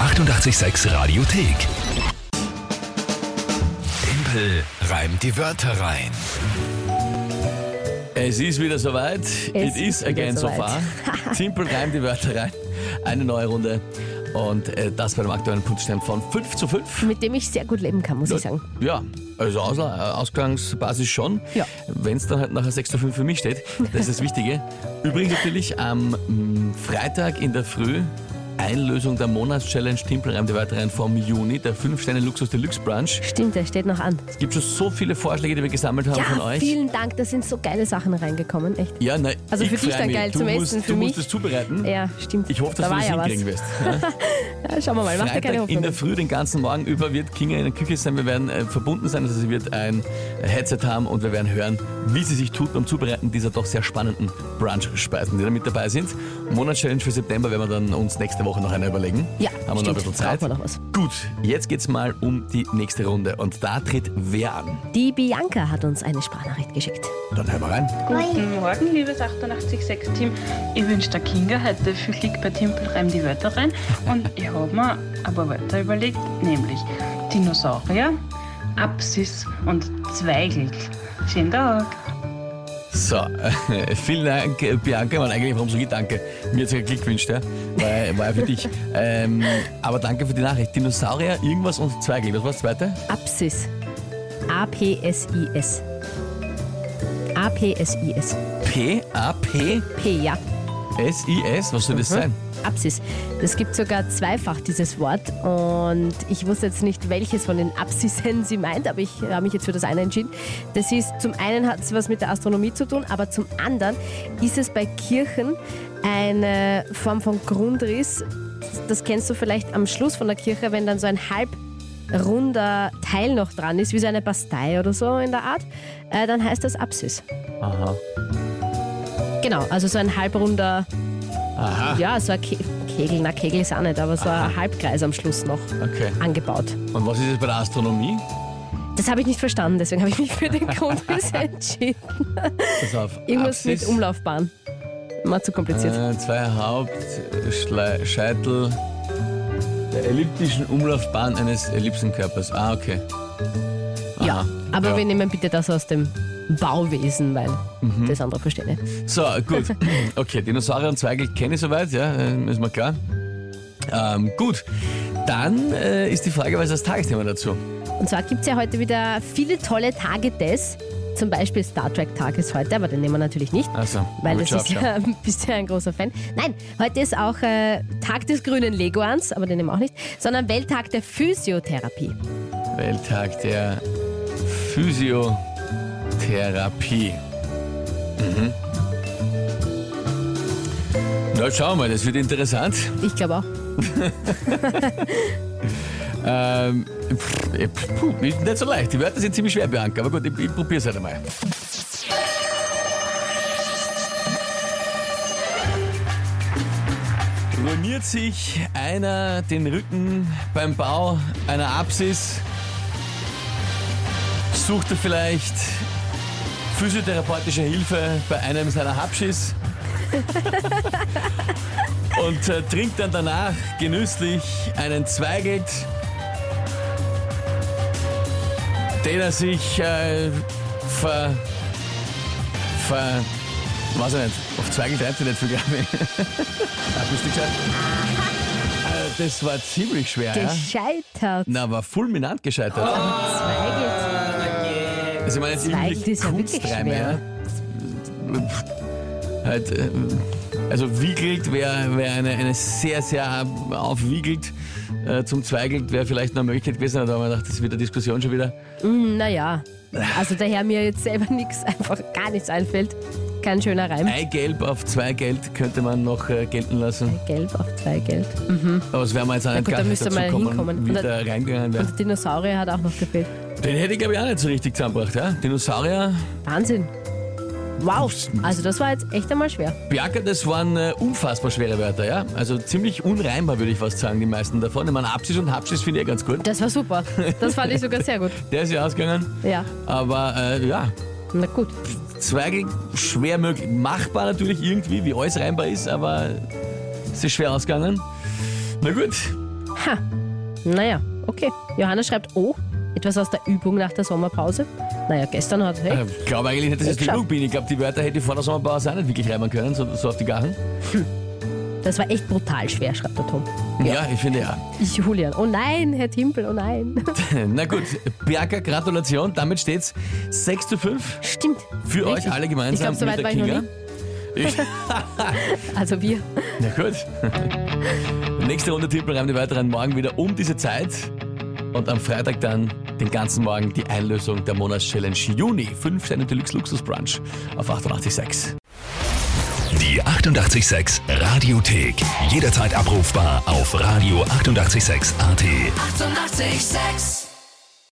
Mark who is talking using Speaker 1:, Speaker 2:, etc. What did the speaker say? Speaker 1: 886 Radiothek. Tempel reimt die Wörter rein.
Speaker 2: Es ist wieder soweit.
Speaker 3: Es
Speaker 2: It is
Speaker 3: ist wieder
Speaker 2: again so
Speaker 3: soweit.
Speaker 2: far. Simpel reimt die Wörter rein. Eine neue Runde. Und äh, das bei dem aktuellen Punktstand von 5 zu 5.
Speaker 3: mit dem ich sehr gut leben kann, muss ich sagen.
Speaker 2: Ja, also Aus äh, Ausgangsbasis schon.
Speaker 3: Ja.
Speaker 2: Wenn es dann halt nachher 6 zu 5 für mich steht, das ist das Wichtige. Übrigens natürlich am mm, Freitag in der Früh Einlösung der Monatschallenge Timpelreim die Wörter rein vom Juni, der 5 Sterne Luxus Deluxe Brunch.
Speaker 3: Stimmt, der steht noch an.
Speaker 2: Es gibt schon so viele Vorschläge, die wir gesammelt haben von
Speaker 3: Ja,
Speaker 2: euch.
Speaker 3: vielen Dank, da sind so geile Sachen reingekommen, echt.
Speaker 2: Ja, nein,
Speaker 3: Also
Speaker 2: ich
Speaker 3: für dich
Speaker 2: freu
Speaker 3: dann
Speaker 2: mich.
Speaker 3: geil
Speaker 2: du
Speaker 3: zum
Speaker 2: musst,
Speaker 3: Essen, für
Speaker 2: Du
Speaker 3: mich-
Speaker 2: musst es zubereiten.
Speaker 3: Ja, stimmt.
Speaker 2: Ich hoffe, dass
Speaker 3: da
Speaker 2: du
Speaker 3: war
Speaker 2: das
Speaker 3: ja
Speaker 2: hinkriegen wirst. Ja?
Speaker 3: was. Ja, schauen wir mal, mach dir keine
Speaker 2: Freitag in der
Speaker 3: Hoffnung.
Speaker 2: Früh den ganzen Morgen über wird Kinga in der Küche sein. Wir werden äh, verbunden sein, also sie wird ein Headset haben und wir werden hören, wie sie sich tut beim Zubereiten dieser doch sehr spannenden Brunch-Speisen, die da mit dabei sind. Monatschallenge für September werden wir dann uns nächste Woche noch eine überlegen.
Speaker 3: Ja,
Speaker 2: haben wir noch ein
Speaker 3: stimmt.
Speaker 2: bisschen Zeit.
Speaker 3: Brauchen wir noch was.
Speaker 2: Gut, jetzt geht's mal um die nächste Runde und da tritt wer an?
Speaker 3: Die Bianca hat uns eine Sprachnachricht geschickt.
Speaker 2: Dann hören wir rein.
Speaker 4: Guten Morgen, liebes 886-Team. Ich wünsche der Kinga heute viel Glück bei Timpelreim die Wörter rein. Und ich habe mir ein paar Wörter überlegt, nämlich Dinosaurier, Apsis und Zweigelt. Schönen Tag.
Speaker 2: So, äh, vielen Dank, äh, Bianca. Man, eigentlich, warum so ich danke? Mir hat Glück gewünscht, ja? War, war ja für dich. Ähm, aber danke für die Nachricht. Dinosaurier, irgendwas und Zweigel. Was war das zweite?
Speaker 3: Apsis. A-P-S-I-S. A-P-S-I-S.
Speaker 2: P, A, P,
Speaker 3: P, ja.
Speaker 2: S, I, S. Was soll das
Speaker 3: Mhm.
Speaker 2: sein?
Speaker 3: Apsis. Es gibt sogar zweifach dieses Wort und ich wusste jetzt nicht, welches von den Apsisen sie meint, aber ich habe mich jetzt für das eine entschieden. Das ist, zum einen hat es was mit der Astronomie zu tun, aber zum anderen ist es bei Kirchen eine Form von Grundriss. Das kennst du vielleicht am Schluss von der Kirche, wenn dann so ein halbrunder Teil noch dran ist, wie so eine Bastei oder so in der Art, äh, dann heißt das Apsis.
Speaker 2: Aha.
Speaker 3: Genau, also so ein halbrunder
Speaker 2: Aha.
Speaker 3: ja, so ein Ke Kegel, na Kegel ist auch nicht, aber so ein Halbkreis am Schluss noch
Speaker 2: Okay.
Speaker 3: angebaut.
Speaker 2: Und was ist jetzt bei der Astronomie?
Speaker 3: Das habe ich nicht verstanden, deswegen habe ich mich für den Grundriss entschieden.
Speaker 2: Pass auf.
Speaker 3: Irgendwas
Speaker 2: Apsis,
Speaker 3: mit Umlaufbahn. Mal zu kompliziert.
Speaker 2: Äh, zwei Haupt, äh, Schle- Scheitel der elliptischen Umlaufbahn eines Ellipsenkörpers. Ah, okay. Äh, Aha.
Speaker 3: ja, aber
Speaker 2: Ja.
Speaker 3: wir nehmen bitte das aus dem Bauwesen, weil
Speaker 2: Mhm.
Speaker 3: das andere verstehe ich nicht.
Speaker 2: So, gut. Okay, Dinosaurier und Zweigel kenne ich soweit, ja, äh, ist mir klar. Ähm, gut, dann äh, ist die Frage, was ist das Tagesthema dazu?
Speaker 3: Und zwar gibt es ja heute wieder viele tolle Tage des, zum Beispiel Star Trek Tag ist heute, aber den nehmen wir natürlich nicht.
Speaker 2: Also,
Speaker 3: Weil
Speaker 2: gut,
Speaker 3: das ist
Speaker 2: schau, schau.
Speaker 3: ja, bist ja ein großer Fan. Nein, heute ist auch äh, Tag des grünen Leguans, aber den nehmen wir auch nicht, sondern Welttag der Physiotherapie.
Speaker 2: Welttag der Physiotherapie. Mhm. Na, schauen wir mal, das wird interessant.
Speaker 3: Ich glaube auch.
Speaker 2: Ähm, pff, eh, pff, puh, ist nicht so leicht. Die Wörter sind ziemlich schwer, Bianca, aber gut, ich, ich probiere es halt einmal. Ruiniert sich einer den Rücken beim Bau einer Apsis? Sucht er vielleicht physiotherapeutische Hilfe bei einem seiner Hapschis? Und äh, trinkt dann danach genüsslich einen Zweigelt den er sich äh, ver, ver. Weiß ich nicht. Auf Zweigel treibt er nicht viel, glaube ich. Ah, bist du gescheit? Äh, Das war ziemlich schwer, ja?
Speaker 3: Gescheitert.
Speaker 2: Na, war fulminant gescheitert.
Speaker 3: Zweigelt.
Speaker 2: Also, ich meine, jetzt
Speaker 3: Zweigelt
Speaker 2: irgendwie
Speaker 3: ist ja wirklich
Speaker 2: Kunstreime, ja? Halt, äh, also, wiegelt wäre wär eine, eine sehr, sehr aufwiegelt. Äh, zum Zweigelt wäre vielleicht noch eine Möglichkeit gewesen, aber da haben wir gedacht, das wird eine Diskussion schon wieder.
Speaker 3: Naja, also daher mir jetzt selber nichts, einfach gar nichts einfällt. Kein schöner Reim.
Speaker 2: Eigelb auf Zweigelt könnte man noch äh, gelten lassen.
Speaker 3: Gelb auf Zweigeld.
Speaker 2: Aber es wäre mir jetzt auch nicht
Speaker 3: gut,
Speaker 2: gar
Speaker 3: da
Speaker 2: nicht
Speaker 3: müsste
Speaker 2: dazu
Speaker 3: man
Speaker 2: kommen,
Speaker 3: hinkommen.
Speaker 2: wie
Speaker 3: Oder-
Speaker 2: da reingegangen wäre.
Speaker 3: Und Dinosaurier hat auch noch gefehlt.
Speaker 2: Den hätte ich, glaube ich, auch nicht so richtig zusammengebracht. Ja? Dinosaurier,
Speaker 3: Wahnsinn. Wow. Also das war jetzt echt einmal schwer.
Speaker 2: Bianca, das waren äh, unfassbar schwere Wörter. ja. Also ziemlich unreinbar, würde ich fast sagen, die meisten davon. Ich meine, Apsis und Hapsis finde ich ja ganz gut.
Speaker 3: Das war super. Das fand ich sogar sehr gut.
Speaker 2: Der ist ja ausgegangen.
Speaker 3: Ja,
Speaker 2: Aber äh, ja,
Speaker 3: na gut.
Speaker 2: Zweigel schwer möglich. Machbar natürlich irgendwie, wie alles reinbar ist, aber es ist schwer ausgegangen. Na gut,
Speaker 3: Ha, naja, okay. Johanna schreibt, oh, etwas aus der Übung nach der Sommerpause. Naja, gestern hat, hey,
Speaker 2: Ich glaube eigentlich nicht, dass es die
Speaker 3: Schau.
Speaker 2: Übung bin. Ich glaube, die Wörter hätte ich vor der Sommerpause auch nicht wirklich reimen können, so, so auf die Gachen.
Speaker 3: das war echt brutal schwer, schreibt der Tom.
Speaker 2: Ja, ich finde ja.
Speaker 3: Ich, Julian, oh nein, Herr Timpel, oh nein.
Speaker 2: Na gut, Berger, Gratulation. Damit steht's 6 zu 5
Speaker 3: Stimmt.
Speaker 2: für euch alle gemeinsam
Speaker 3: Ich glaube,
Speaker 2: mit
Speaker 3: so weit
Speaker 2: der
Speaker 3: war ich noch
Speaker 2: Kinga.
Speaker 3: nie.
Speaker 2: Ich,
Speaker 3: Also wir.
Speaker 2: na gut. Nächste Runde tippen reimen die weiteren morgen wieder um diese Zeit. Und am Freitag dann den ganzen Morgen die Einlösung der Monatschallenge Juni. 5 Sterne Deluxe Luxus Brunch auf 886.
Speaker 1: Die 886 Radiothek. Jederzeit abrufbar auf radio886.at. 886! 886.
Speaker 5: 886